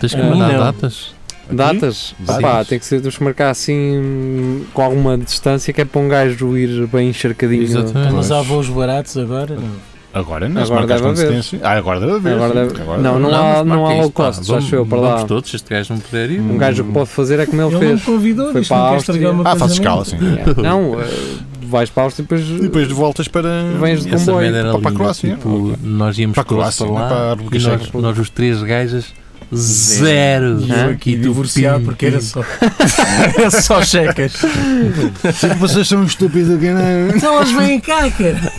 [SPEAKER 5] Tens que
[SPEAKER 6] A mim
[SPEAKER 5] mandar
[SPEAKER 6] não.
[SPEAKER 5] datas?
[SPEAKER 4] Aqui?
[SPEAKER 3] Datas?
[SPEAKER 4] Sim.
[SPEAKER 3] Opá, tem que ser, temos que marcar assim com alguma distância que é para um gajo ir bem encharcadinho.
[SPEAKER 5] Exatamente.
[SPEAKER 6] Então, Mas
[SPEAKER 4] Pois.
[SPEAKER 6] há voos baratos agora? Não.
[SPEAKER 4] Agora não. se
[SPEAKER 3] Agora
[SPEAKER 4] marcaste
[SPEAKER 3] deve
[SPEAKER 4] com
[SPEAKER 3] haver.
[SPEAKER 4] antecedência. Ah, agora deve haver.
[SPEAKER 3] Agora
[SPEAKER 4] sim.
[SPEAKER 3] deve- Não, não há-
[SPEAKER 5] mas marca
[SPEAKER 3] não há
[SPEAKER 5] isto,
[SPEAKER 3] low
[SPEAKER 5] pá.
[SPEAKER 3] cost, já
[SPEAKER 5] Vamos-
[SPEAKER 3] acho eu, para lá.
[SPEAKER 5] Vamos todos, este gajo não puder ir.
[SPEAKER 3] Um gajo que pode fazer é como ele
[SPEAKER 6] Ele não
[SPEAKER 3] fez.
[SPEAKER 6] me convidou,
[SPEAKER 3] Foi
[SPEAKER 6] disse
[SPEAKER 3] para
[SPEAKER 6] que
[SPEAKER 3] a
[SPEAKER 6] quer estragar uma
[SPEAKER 4] Ah, fazes
[SPEAKER 6] coisa
[SPEAKER 4] escala,
[SPEAKER 6] minha.
[SPEAKER 4] sim.
[SPEAKER 3] Yeah. Não, eh, vais para a Áustria e
[SPEAKER 4] E
[SPEAKER 3] depois
[SPEAKER 4] depois voltas para.
[SPEAKER 3] Vens de
[SPEAKER 5] Essa
[SPEAKER 3] comboio.
[SPEAKER 5] merda era
[SPEAKER 4] Para a
[SPEAKER 5] linda,
[SPEAKER 4] Croácia.
[SPEAKER 5] tipo, nós íamos
[SPEAKER 4] Para a
[SPEAKER 5] todos
[SPEAKER 4] Croácia,
[SPEAKER 5] para lá
[SPEAKER 4] não para a República
[SPEAKER 5] e nós,
[SPEAKER 4] Checa.
[SPEAKER 5] nós os três gajas zero.
[SPEAKER 6] E
[SPEAKER 3] É.
[SPEAKER 6] eu aqui
[SPEAKER 5] E tu,
[SPEAKER 6] divorciar
[SPEAKER 5] pim,
[SPEAKER 6] porque era
[SPEAKER 5] pim.
[SPEAKER 6] só, era só checas.
[SPEAKER 4] Vocês são estúpidos, é
[SPEAKER 6] Então eles vêm cá, cara.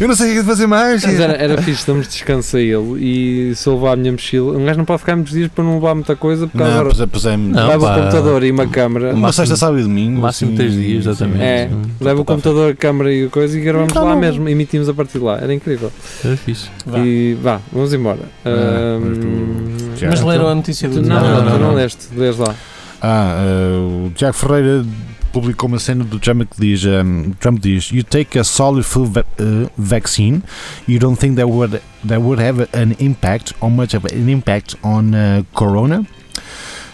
[SPEAKER 4] eu não sei o que fazer mais.
[SPEAKER 3] Mas era, era fixe, damos descanso a ele e se eu levar a minha mochila. Um gajo não pode ficar muitos dias para não levar muita coisa, porque
[SPEAKER 4] Não,
[SPEAKER 3] agora
[SPEAKER 4] pois é, pois é,
[SPEAKER 5] Não,
[SPEAKER 3] leva
[SPEAKER 5] pá.
[SPEAKER 3] o computador e uma câmera.
[SPEAKER 4] Uma sexta, sábado e domingo.
[SPEAKER 5] Máximo
[SPEAKER 4] assim,
[SPEAKER 5] três dias,
[SPEAKER 4] sim.
[SPEAKER 5] exatamente.
[SPEAKER 3] É,
[SPEAKER 5] Hum,
[SPEAKER 3] leva o
[SPEAKER 4] tá, tá.
[SPEAKER 3] computador, a câmera e a coisa e gravamos
[SPEAKER 4] Tá
[SPEAKER 3] lá
[SPEAKER 4] bom.
[SPEAKER 3] mesmo, emitimos a partir de lá, era incrível.
[SPEAKER 5] Era fixe.
[SPEAKER 6] Vá.
[SPEAKER 3] E vá, vamos embora.
[SPEAKER 4] Ah,
[SPEAKER 3] Ahm,
[SPEAKER 4] mas tu-
[SPEAKER 6] Mas
[SPEAKER 4] Então,
[SPEAKER 6] leram a notícia
[SPEAKER 3] tu-
[SPEAKER 6] do
[SPEAKER 3] não, não,
[SPEAKER 5] não,
[SPEAKER 3] tu não
[SPEAKER 5] não.
[SPEAKER 3] leste, lês lá.
[SPEAKER 4] Ah, ah, o Tiago Ferreira publicou uma cena do Trump que diz: um, Trump diz, You take a solid flu va- uh, vaccine, you don't think that would, that would have an impact, or much of an impact on uh, corona?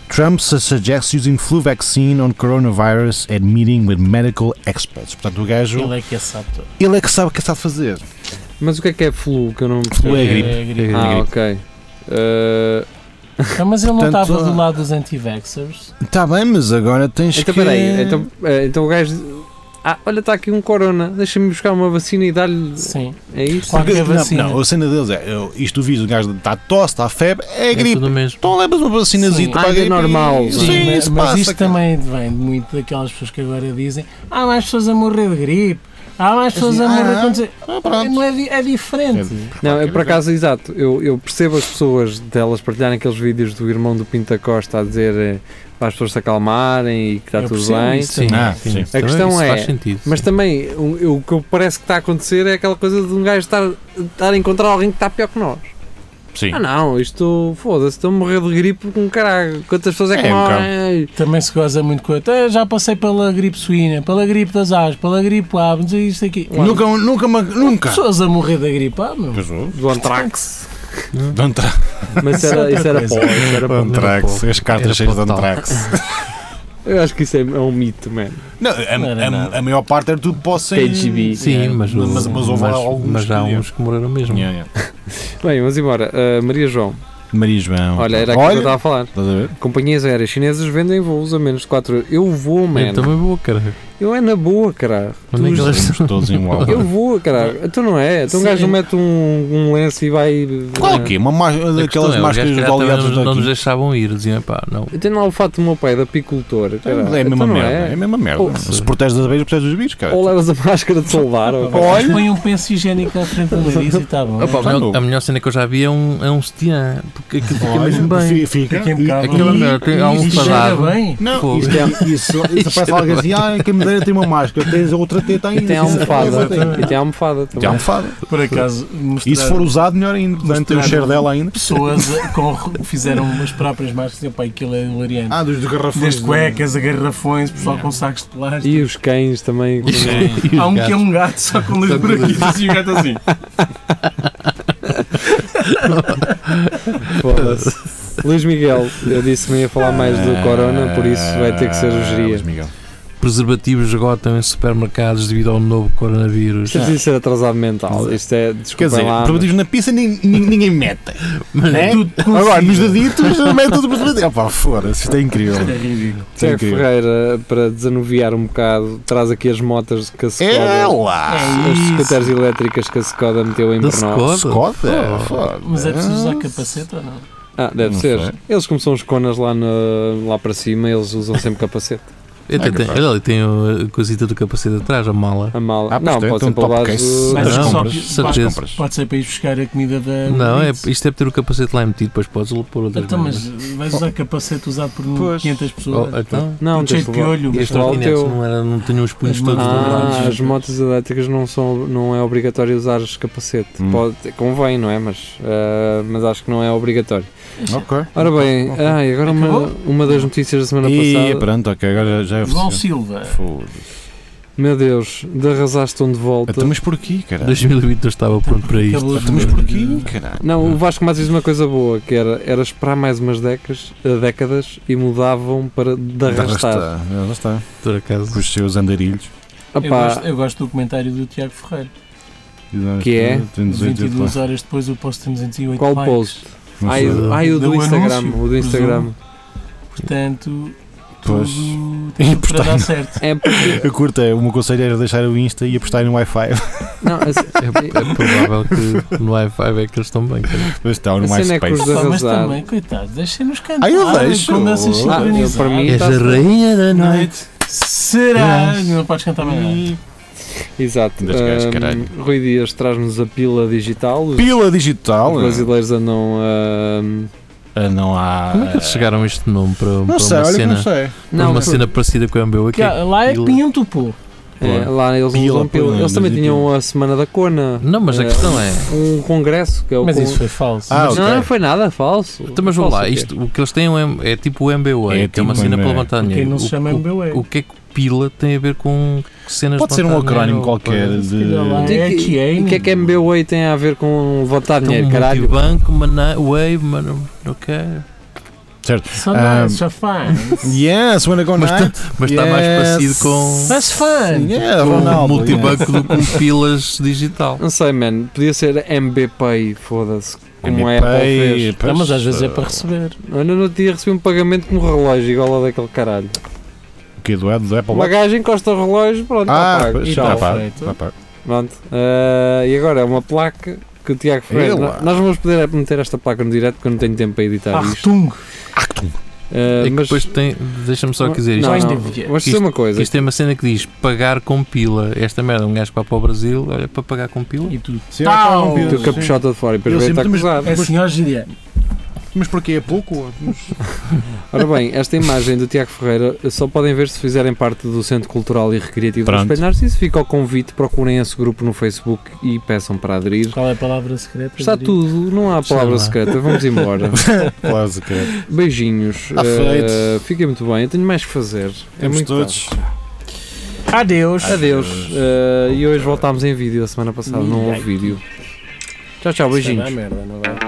[SPEAKER 4] Trump su- suggests using flu vaccine on coronavirus at meeting with medical experts. Portanto, o gajo,
[SPEAKER 6] Ele é que é sabe.
[SPEAKER 4] ele é que sabe o que está a fazer.
[SPEAKER 3] Mas o que é que é flu? Que eu não
[SPEAKER 4] Flu é
[SPEAKER 3] percebo.
[SPEAKER 4] gripe.
[SPEAKER 5] é
[SPEAKER 3] Ah,
[SPEAKER 4] gripe.
[SPEAKER 3] ok. Ah,
[SPEAKER 6] Não, mas ele não
[SPEAKER 4] Portanto,
[SPEAKER 6] estava do
[SPEAKER 4] ah,
[SPEAKER 6] lado dos anti-vaxxers.
[SPEAKER 4] Está Tá bem, mas agora tens
[SPEAKER 3] então
[SPEAKER 4] que. é?
[SPEAKER 3] peraí, então, eh, então o gajo. Ah, olha, está aqui um corona, deixa-me buscar uma vacina e dar-lhe.
[SPEAKER 6] Sim.
[SPEAKER 3] É isso?
[SPEAKER 6] Qual- Porque- Qualquer
[SPEAKER 4] não,
[SPEAKER 6] vacina.
[SPEAKER 4] Não, a cena deles é: eu- isto visa, o gajo está tosse, está febre, é
[SPEAKER 5] É
[SPEAKER 4] gripe.
[SPEAKER 5] tudo mesmo.
[SPEAKER 4] Então levas uma vacinazita
[SPEAKER 6] Sim.
[SPEAKER 4] para
[SPEAKER 3] Ah,
[SPEAKER 4] a
[SPEAKER 3] é
[SPEAKER 4] gripe.
[SPEAKER 3] normal.
[SPEAKER 4] Sim,
[SPEAKER 3] Sim,
[SPEAKER 6] mas,
[SPEAKER 4] isso
[SPEAKER 6] mas
[SPEAKER 4] passa.
[SPEAKER 6] isto também vem muito daquelas pessoas que agora dizem: há mais pessoas a morrer de gripe, Há mais pessoas a
[SPEAKER 4] Ah,
[SPEAKER 6] morrer
[SPEAKER 4] ah.
[SPEAKER 6] quando se-
[SPEAKER 4] Ah, pronto.
[SPEAKER 6] Não é, di- é diferente.
[SPEAKER 3] Não, eu por acaso, exato, eu, eu percebo as pessoas delas partilharem aqueles vídeos do irmão do Pinta Costa a dizer eh, para as pessoas se acalmarem e que está
[SPEAKER 6] Eu
[SPEAKER 3] tudo
[SPEAKER 6] percebo
[SPEAKER 3] bem.
[SPEAKER 6] isso.
[SPEAKER 5] Sim,
[SPEAKER 4] Ah,
[SPEAKER 5] sim.
[SPEAKER 4] sim. A
[SPEAKER 5] Também
[SPEAKER 3] questão
[SPEAKER 5] isso
[SPEAKER 3] é-
[SPEAKER 5] Faz sentido.
[SPEAKER 3] Mas
[SPEAKER 5] sim.
[SPEAKER 3] também o, o que parece que está a acontecer é aquela coisa de um gajo estar, estar a encontrar alguém que está pior que nós.
[SPEAKER 4] Sim.
[SPEAKER 3] Ah não, isto foda-se, estou a morrer de gripe com caralho. Quantas pessoas é que
[SPEAKER 4] É, um
[SPEAKER 3] morrem?
[SPEAKER 6] Também se goza muito com "Ah, já passei pela gripe suína, pela gripe das aves, pela gripe ave, não sei isto aqui.
[SPEAKER 4] Nunca, nunca, ma- nunca.
[SPEAKER 6] Pessoas a morrer da gripe, ah, meu.
[SPEAKER 4] Pois houve.
[SPEAKER 3] Do Antrax.
[SPEAKER 4] Não tra-
[SPEAKER 3] Mas isso era, isso era pó, isso era pó.
[SPEAKER 4] Antrax, as cartas
[SPEAKER 5] Era
[SPEAKER 4] cheias de
[SPEAKER 5] para o tal.
[SPEAKER 4] Antrax.
[SPEAKER 3] Eu acho que isso é, é um mito, mano.
[SPEAKER 4] Não, a,
[SPEAKER 6] Não era
[SPEAKER 4] a-
[SPEAKER 6] nada.
[SPEAKER 4] a maior parte era tudo para o sem-
[SPEAKER 3] KGB.
[SPEAKER 5] Sim, mas,
[SPEAKER 4] Mas-
[SPEAKER 5] o-
[SPEAKER 4] mas houve alguns
[SPEAKER 5] mas há
[SPEAKER 4] que deu.
[SPEAKER 5] uns que morreram mesmo.
[SPEAKER 4] Yeah, yeah.
[SPEAKER 3] Bem, vamos embora. Ah, Maria João,
[SPEAKER 4] Maria João.
[SPEAKER 3] olha, era aquilo que eu estava a falar.
[SPEAKER 4] estás a ver?
[SPEAKER 3] Companhias aéreas chinesas vendem voos a menos de 4 euros. Eu vou,
[SPEAKER 5] Eu
[SPEAKER 3] mano.
[SPEAKER 5] também vou, caralho.
[SPEAKER 3] Eu é na boa, caralho.
[SPEAKER 5] Onde é que
[SPEAKER 3] Tu-
[SPEAKER 5] eles
[SPEAKER 4] Estamos todos em Uau.
[SPEAKER 3] Eu vou, caralho. Tu não é? Então um
[SPEAKER 6] Sim.
[SPEAKER 3] gajo não mete um, um lenço e vai. eh,
[SPEAKER 4] Qual é que é? Uma ma- daquelas
[SPEAKER 5] A questão é, os
[SPEAKER 4] máscaras
[SPEAKER 5] gajos,
[SPEAKER 4] dos
[SPEAKER 5] calhar, também
[SPEAKER 4] aliados
[SPEAKER 5] não, não nos
[SPEAKER 4] daqui.
[SPEAKER 5] deixavam ir, diziam, pá, não.
[SPEAKER 3] Eu tenho lá o fato do meu pai de apicultor. caralho.
[SPEAKER 4] É a mesma
[SPEAKER 3] Então não
[SPEAKER 4] merda. É a mesma merda.
[SPEAKER 3] Ou-
[SPEAKER 4] Se proteges das abelhas, proteges dos bichos, cara.
[SPEAKER 3] Ou levas a máscara de soldar. ou- assim.
[SPEAKER 6] Olha. Põe um penso higiênico à frente do nariz e está bom. né?
[SPEAKER 5] Ah, pá, a,
[SPEAKER 4] já
[SPEAKER 5] melhor,
[SPEAKER 4] não.
[SPEAKER 5] a melhor cena que eu já vi é um, é um sutiã, porque aquilo fica mesmo bem.
[SPEAKER 4] Fi- Fica.
[SPEAKER 6] Fica impecável.
[SPEAKER 5] Aquilo é melhor, tem- há um
[SPEAKER 6] Isto cheira
[SPEAKER 5] fadado.
[SPEAKER 6] bem.
[SPEAKER 4] Não,
[SPEAKER 5] Fogo.
[SPEAKER 4] isto, é, isso, isso parece
[SPEAKER 5] era
[SPEAKER 4] alguém assim, ah, quem me dera tem uma máscara, tens a outra teta ainda.
[SPEAKER 3] E tem a
[SPEAKER 4] Isso é
[SPEAKER 3] almofada.
[SPEAKER 4] coisa, tem-
[SPEAKER 3] E tem um a almofada também.
[SPEAKER 4] Tem a almofada.
[SPEAKER 6] Por acaso,
[SPEAKER 4] E se
[SPEAKER 6] mostrar
[SPEAKER 4] for usado, melhor ainda. Portanto, tem o
[SPEAKER 6] Mostrar-
[SPEAKER 4] cheiro dela ainda.
[SPEAKER 6] pessoas a- com- fizeram as próprias máscaras, e, pá, aquilo é hilariante.
[SPEAKER 4] Ah, dos de garrafões.
[SPEAKER 6] Desde cuecas a garrafões, pessoal com sacos de plástico.
[SPEAKER 3] E os cães também.
[SPEAKER 5] E os
[SPEAKER 6] Há um que é
[SPEAKER 5] gatos.
[SPEAKER 6] um gato só com dois buraquitos e o gato assim.
[SPEAKER 3] Foda-se. Luís Miguel, eu disse que não ia falar mais do Corona, por isso vai ter que ser o
[SPEAKER 4] Luís
[SPEAKER 3] geria.
[SPEAKER 4] Miguel.
[SPEAKER 5] Preservativos esgotam em supermercados devido ao novo coronavírus.
[SPEAKER 3] Isto precisa ser atrasado mental. Isto é.
[SPEAKER 4] Quer
[SPEAKER 3] Desculpa
[SPEAKER 4] dizer,
[SPEAKER 3] lá. mas-
[SPEAKER 4] preservativos na pizza nin- nin- ninguém mete. né?
[SPEAKER 6] Tudo consigo.
[SPEAKER 4] Agora, nos deditos, mete tudo preservativo. Ah, pá, foda-se, isto é incrível.
[SPEAKER 6] É ridículo.
[SPEAKER 4] Isto é
[SPEAKER 3] Tiago
[SPEAKER 4] incrível.
[SPEAKER 3] Ferreira, para desanuviar um bocado, traz aqui as motas que a
[SPEAKER 4] É
[SPEAKER 3] Skoda,
[SPEAKER 4] lá!
[SPEAKER 3] as secretárias elétricas que a Skoda meteu em
[SPEAKER 5] Da
[SPEAKER 3] Brno.
[SPEAKER 5] Skoda?
[SPEAKER 4] Escota? Foda.
[SPEAKER 6] Mas é preciso usar capacete ou não?
[SPEAKER 3] Ah, deve
[SPEAKER 4] Não
[SPEAKER 3] ser.
[SPEAKER 4] sei.
[SPEAKER 3] Eles, como são os conas lá, na- lá para cima, eles usam sempre capacete.
[SPEAKER 5] Eu até tenho- Olha ali, tem o- a coisita do capacete atrás, a mala.
[SPEAKER 3] A mala.
[SPEAKER 4] Ah, pois
[SPEAKER 3] não,
[SPEAKER 4] tem,
[SPEAKER 3] pode
[SPEAKER 4] tem
[SPEAKER 3] ser
[SPEAKER 4] um
[SPEAKER 3] para
[SPEAKER 4] top
[SPEAKER 3] baixo.
[SPEAKER 4] case.
[SPEAKER 5] Mas
[SPEAKER 6] Acho que
[SPEAKER 5] não,
[SPEAKER 6] só-
[SPEAKER 5] compras,
[SPEAKER 6] pá,
[SPEAKER 5] certeza.
[SPEAKER 6] compras. Pode ser para ir buscar a comida da.
[SPEAKER 5] Não, é,
[SPEAKER 6] isto.
[SPEAKER 5] isto é ter o capacete lá metido, depois podes pôr outras
[SPEAKER 6] Então, mas
[SPEAKER 5] merdas.
[SPEAKER 6] vais usar capacete usado por
[SPEAKER 4] Pois.
[SPEAKER 6] 500 pessoas?
[SPEAKER 5] Oh, então,
[SPEAKER 3] Não,
[SPEAKER 6] cheio
[SPEAKER 3] tens
[SPEAKER 6] de
[SPEAKER 3] de levar-
[SPEAKER 6] piolho.
[SPEAKER 5] este
[SPEAKER 3] lá o
[SPEAKER 5] ordinete
[SPEAKER 3] teu.
[SPEAKER 5] não, era, não tinha os punhos
[SPEAKER 6] Mas
[SPEAKER 5] todos
[SPEAKER 6] não-
[SPEAKER 5] dobrados.
[SPEAKER 3] Ah,
[SPEAKER 6] lados.
[SPEAKER 3] as motas elétricas não, são, não é obrigatório usar os capacete.
[SPEAKER 4] Hum.
[SPEAKER 3] Pode, convém, não é? Mas, ah, mas acho que não é obrigatório.
[SPEAKER 4] Ok.
[SPEAKER 3] Ora bem,
[SPEAKER 4] Ok.
[SPEAKER 3] ai, agora uma,
[SPEAKER 6] Acabou?
[SPEAKER 3] uma das notícias da semana
[SPEAKER 4] E
[SPEAKER 3] passada.
[SPEAKER 4] pronto, ok, agora já é
[SPEAKER 6] João
[SPEAKER 4] oficial.
[SPEAKER 6] Silva.
[SPEAKER 4] Foda-se.
[SPEAKER 3] Meu Deus, de arrasaste onde volta.
[SPEAKER 4] Então, mas porquê, caralho?
[SPEAKER 5] 2020 não estava pronto para isto.
[SPEAKER 6] Acabou de-
[SPEAKER 4] Então, Mas porquê, caralho?
[SPEAKER 3] Não, o Vasco mais diz uma coisa boa, que era, era esperar mais umas décadas, eh, décadas e mudavam para de arrastar.
[SPEAKER 4] Ela está.
[SPEAKER 5] Por acaso.
[SPEAKER 4] Com os seus andarilhos.
[SPEAKER 6] Eu
[SPEAKER 3] Opá,
[SPEAKER 6] gosto, é eu gosto do comentário do Tiago Ferreira.
[SPEAKER 3] Que é?
[SPEAKER 4] Tem 18 de
[SPEAKER 6] 22 horas depois o post tem 208
[SPEAKER 3] qual Ah,
[SPEAKER 6] likes.
[SPEAKER 3] post?
[SPEAKER 4] Não
[SPEAKER 3] Ai,
[SPEAKER 4] sei.
[SPEAKER 5] do-
[SPEAKER 3] ai, o do,
[SPEAKER 6] Do
[SPEAKER 3] Instagram,
[SPEAKER 6] anúncio,
[SPEAKER 3] o do Instagram.
[SPEAKER 6] Portanto,
[SPEAKER 4] Pois.
[SPEAKER 6] tudo,
[SPEAKER 4] E
[SPEAKER 6] tudo para
[SPEAKER 4] portanto-
[SPEAKER 6] dar certo.
[SPEAKER 3] É porque.
[SPEAKER 4] Eu curto, é, o meu conselho era deixar o Insta e apostar no Wi-Fi.
[SPEAKER 3] Não, a, ce-
[SPEAKER 6] um
[SPEAKER 5] É, é provável que no Wi-Fi é que eles estão bem. cara.
[SPEAKER 4] Mas está no
[SPEAKER 3] A cena é que os
[SPEAKER 4] MySpace.
[SPEAKER 3] dois-
[SPEAKER 6] Pá, mas
[SPEAKER 3] arrasado.
[SPEAKER 6] também, coitado, deixem-nos
[SPEAKER 4] Ah,
[SPEAKER 6] cantar. é
[SPEAKER 4] eu deixo.
[SPEAKER 6] Com danças
[SPEAKER 4] Ah,
[SPEAKER 3] eu,
[SPEAKER 6] sincronizadas.
[SPEAKER 3] para mim,
[SPEAKER 5] És
[SPEAKER 3] tá-
[SPEAKER 5] a rainha da noite.
[SPEAKER 6] noite.
[SPEAKER 4] É,
[SPEAKER 6] Será?
[SPEAKER 5] Yes.
[SPEAKER 6] Não podes cantar mais nada.
[SPEAKER 3] exato.
[SPEAKER 4] Dois gajos,
[SPEAKER 3] Ahm,
[SPEAKER 4] caralho.
[SPEAKER 3] Rui Dias traz-nos a pila digital. Os,
[SPEAKER 4] Pila
[SPEAKER 3] os
[SPEAKER 4] digital.
[SPEAKER 3] brasileiros andam. um, ahm,
[SPEAKER 4] Ah, Não há.
[SPEAKER 5] Como é que eles chegaram a este nome para, um- para
[SPEAKER 4] Não sei,
[SPEAKER 5] uma
[SPEAKER 4] olha que
[SPEAKER 5] cena?
[SPEAKER 4] não sei.
[SPEAKER 5] Para
[SPEAKER 3] não,
[SPEAKER 5] uma
[SPEAKER 3] mas-
[SPEAKER 5] cena parecida com a MBU aqui.
[SPEAKER 6] Cá, Lá é
[SPEAKER 5] Pila.
[SPEAKER 6] pinto, pô.
[SPEAKER 3] é, lá eles
[SPEAKER 4] Pila,
[SPEAKER 3] usam pila.
[SPEAKER 4] pila,
[SPEAKER 3] Eles também
[SPEAKER 4] mas e
[SPEAKER 3] tinham
[SPEAKER 4] pila?
[SPEAKER 3] a Semana da Cona.
[SPEAKER 5] Não, mas a
[SPEAKER 3] É,
[SPEAKER 5] questão é.
[SPEAKER 3] Um congresso que é o.
[SPEAKER 6] Mas
[SPEAKER 3] con-
[SPEAKER 6] isso foi falso.
[SPEAKER 4] Ah,
[SPEAKER 3] Não,
[SPEAKER 4] ok.
[SPEAKER 3] não foi nada falso.
[SPEAKER 5] Então, mas vamos
[SPEAKER 3] Falso
[SPEAKER 5] lá,
[SPEAKER 3] o quê?
[SPEAKER 5] isto, o que eles têm é, um- é tipo o MBA,
[SPEAKER 4] É
[SPEAKER 5] que é uma
[SPEAKER 4] tipo
[SPEAKER 5] cena para
[SPEAKER 4] MBA.
[SPEAKER 5] levantar
[SPEAKER 6] Porque
[SPEAKER 5] dinheiro.
[SPEAKER 6] não se
[SPEAKER 5] O-
[SPEAKER 6] chama um
[SPEAKER 5] o,
[SPEAKER 6] MBA.
[SPEAKER 5] o que é que pila tem a ver com cenas
[SPEAKER 4] Pode
[SPEAKER 5] de
[SPEAKER 4] ser um
[SPEAKER 5] levantar
[SPEAKER 4] acrónimo
[SPEAKER 5] dinheiro ou
[SPEAKER 4] qualquer
[SPEAKER 5] para-
[SPEAKER 4] de.
[SPEAKER 6] calhar lá
[SPEAKER 3] Então, e que-
[SPEAKER 6] RTA,
[SPEAKER 3] e O que é que a MBWay tem a ver com levantar
[SPEAKER 5] Então,
[SPEAKER 4] é
[SPEAKER 3] dinheiro, caralho?
[SPEAKER 5] Multibanco, mana, Wave, mano, ok.
[SPEAKER 6] Só
[SPEAKER 4] Ah,
[SPEAKER 6] nice, só fun.
[SPEAKER 4] Yes, when I go
[SPEAKER 5] Mas tá-
[SPEAKER 4] night.
[SPEAKER 5] Mas está mais
[SPEAKER 4] Yes.
[SPEAKER 5] parecido com, é
[SPEAKER 6] That's fun.
[SPEAKER 4] Yeah,
[SPEAKER 5] com um
[SPEAKER 4] Ronaldo.
[SPEAKER 5] multibanco do que com pilas digital.
[SPEAKER 3] Não sei, mano. Podia ser MBPay, foda-se. Como é,
[SPEAKER 4] MPay,
[SPEAKER 3] a Apple fez.
[SPEAKER 4] pois, ah,
[SPEAKER 6] Não, mas às vezes é para receber.
[SPEAKER 3] Eu no outro dia recebi um pagamento com um relógio igual ao daquele caralho.
[SPEAKER 4] O que do Apple? Do Apple
[SPEAKER 3] Uma
[SPEAKER 4] Watch?
[SPEAKER 3] gaja encosta o relógio, pronto,
[SPEAKER 4] Ah,
[SPEAKER 3] apaga.
[SPEAKER 4] pois,
[SPEAKER 3] E
[SPEAKER 4] já
[SPEAKER 3] tal.
[SPEAKER 4] apaga.
[SPEAKER 6] feito.
[SPEAKER 4] Ah, pá.
[SPEAKER 3] Pronto. Ah, e agora é uma placa que o Tiago Ferreira.
[SPEAKER 4] Ela.
[SPEAKER 6] Ah,
[SPEAKER 3] Nós vamos poder meter esta placa no direto porque eu não tenho tempo para editar é isto.
[SPEAKER 6] Artung.
[SPEAKER 4] Actum.
[SPEAKER 3] Ah, Ah,
[SPEAKER 5] É que
[SPEAKER 3] mas
[SPEAKER 5] depois tem. Deixa-me só aqui dizer isto.
[SPEAKER 3] não,
[SPEAKER 6] Mas
[SPEAKER 3] não,
[SPEAKER 6] devia.
[SPEAKER 3] mas dizer uma coisa.
[SPEAKER 5] Isto é uma cena que diz pagar com pila. Esta merda, um gajo que vai para o Brasil, olha, para pagar com pila.
[SPEAKER 6] E tudo.
[SPEAKER 4] Sim,
[SPEAKER 6] Tau!
[SPEAKER 4] há- há-
[SPEAKER 3] Tu
[SPEAKER 4] sim.
[SPEAKER 3] capuchota de fora e depois
[SPEAKER 4] Eu
[SPEAKER 3] vai estar
[SPEAKER 4] sempre- mas-
[SPEAKER 3] acusado.
[SPEAKER 6] É senhor Giliano.
[SPEAKER 4] Mas porquê? É pouco?
[SPEAKER 3] Ora bem, esta imagem do Tiago Ferreira só podem ver se fizerem parte do Centro Cultural e Recreativo do
[SPEAKER 4] Pronto.
[SPEAKER 3] Espelho Narciso. Fica o convite, procurem esse grupo no Facebook e peçam para aderir.
[SPEAKER 6] Qual é a palavra secreta?
[SPEAKER 3] Está
[SPEAKER 6] Giliano?
[SPEAKER 3] tudo, não há
[SPEAKER 5] Sei
[SPEAKER 3] palavra
[SPEAKER 5] lá.
[SPEAKER 3] secreta, vamos embora.
[SPEAKER 4] Quase, cara.
[SPEAKER 3] Beijinhos.
[SPEAKER 4] Tá feito.
[SPEAKER 3] Eh, fiquem muito bem, eu tenho mais que fazer. é
[SPEAKER 4] Temos
[SPEAKER 3] muito
[SPEAKER 4] todos.
[SPEAKER 6] Adeus.
[SPEAKER 3] tarde. Adeus. Eh, e hoje voltámos em vídeo, a semana passada não houve vídeo. Tchau, tchau,
[SPEAKER 6] Isto vai
[SPEAKER 3] beijinhos.
[SPEAKER 6] dar merda, não vai?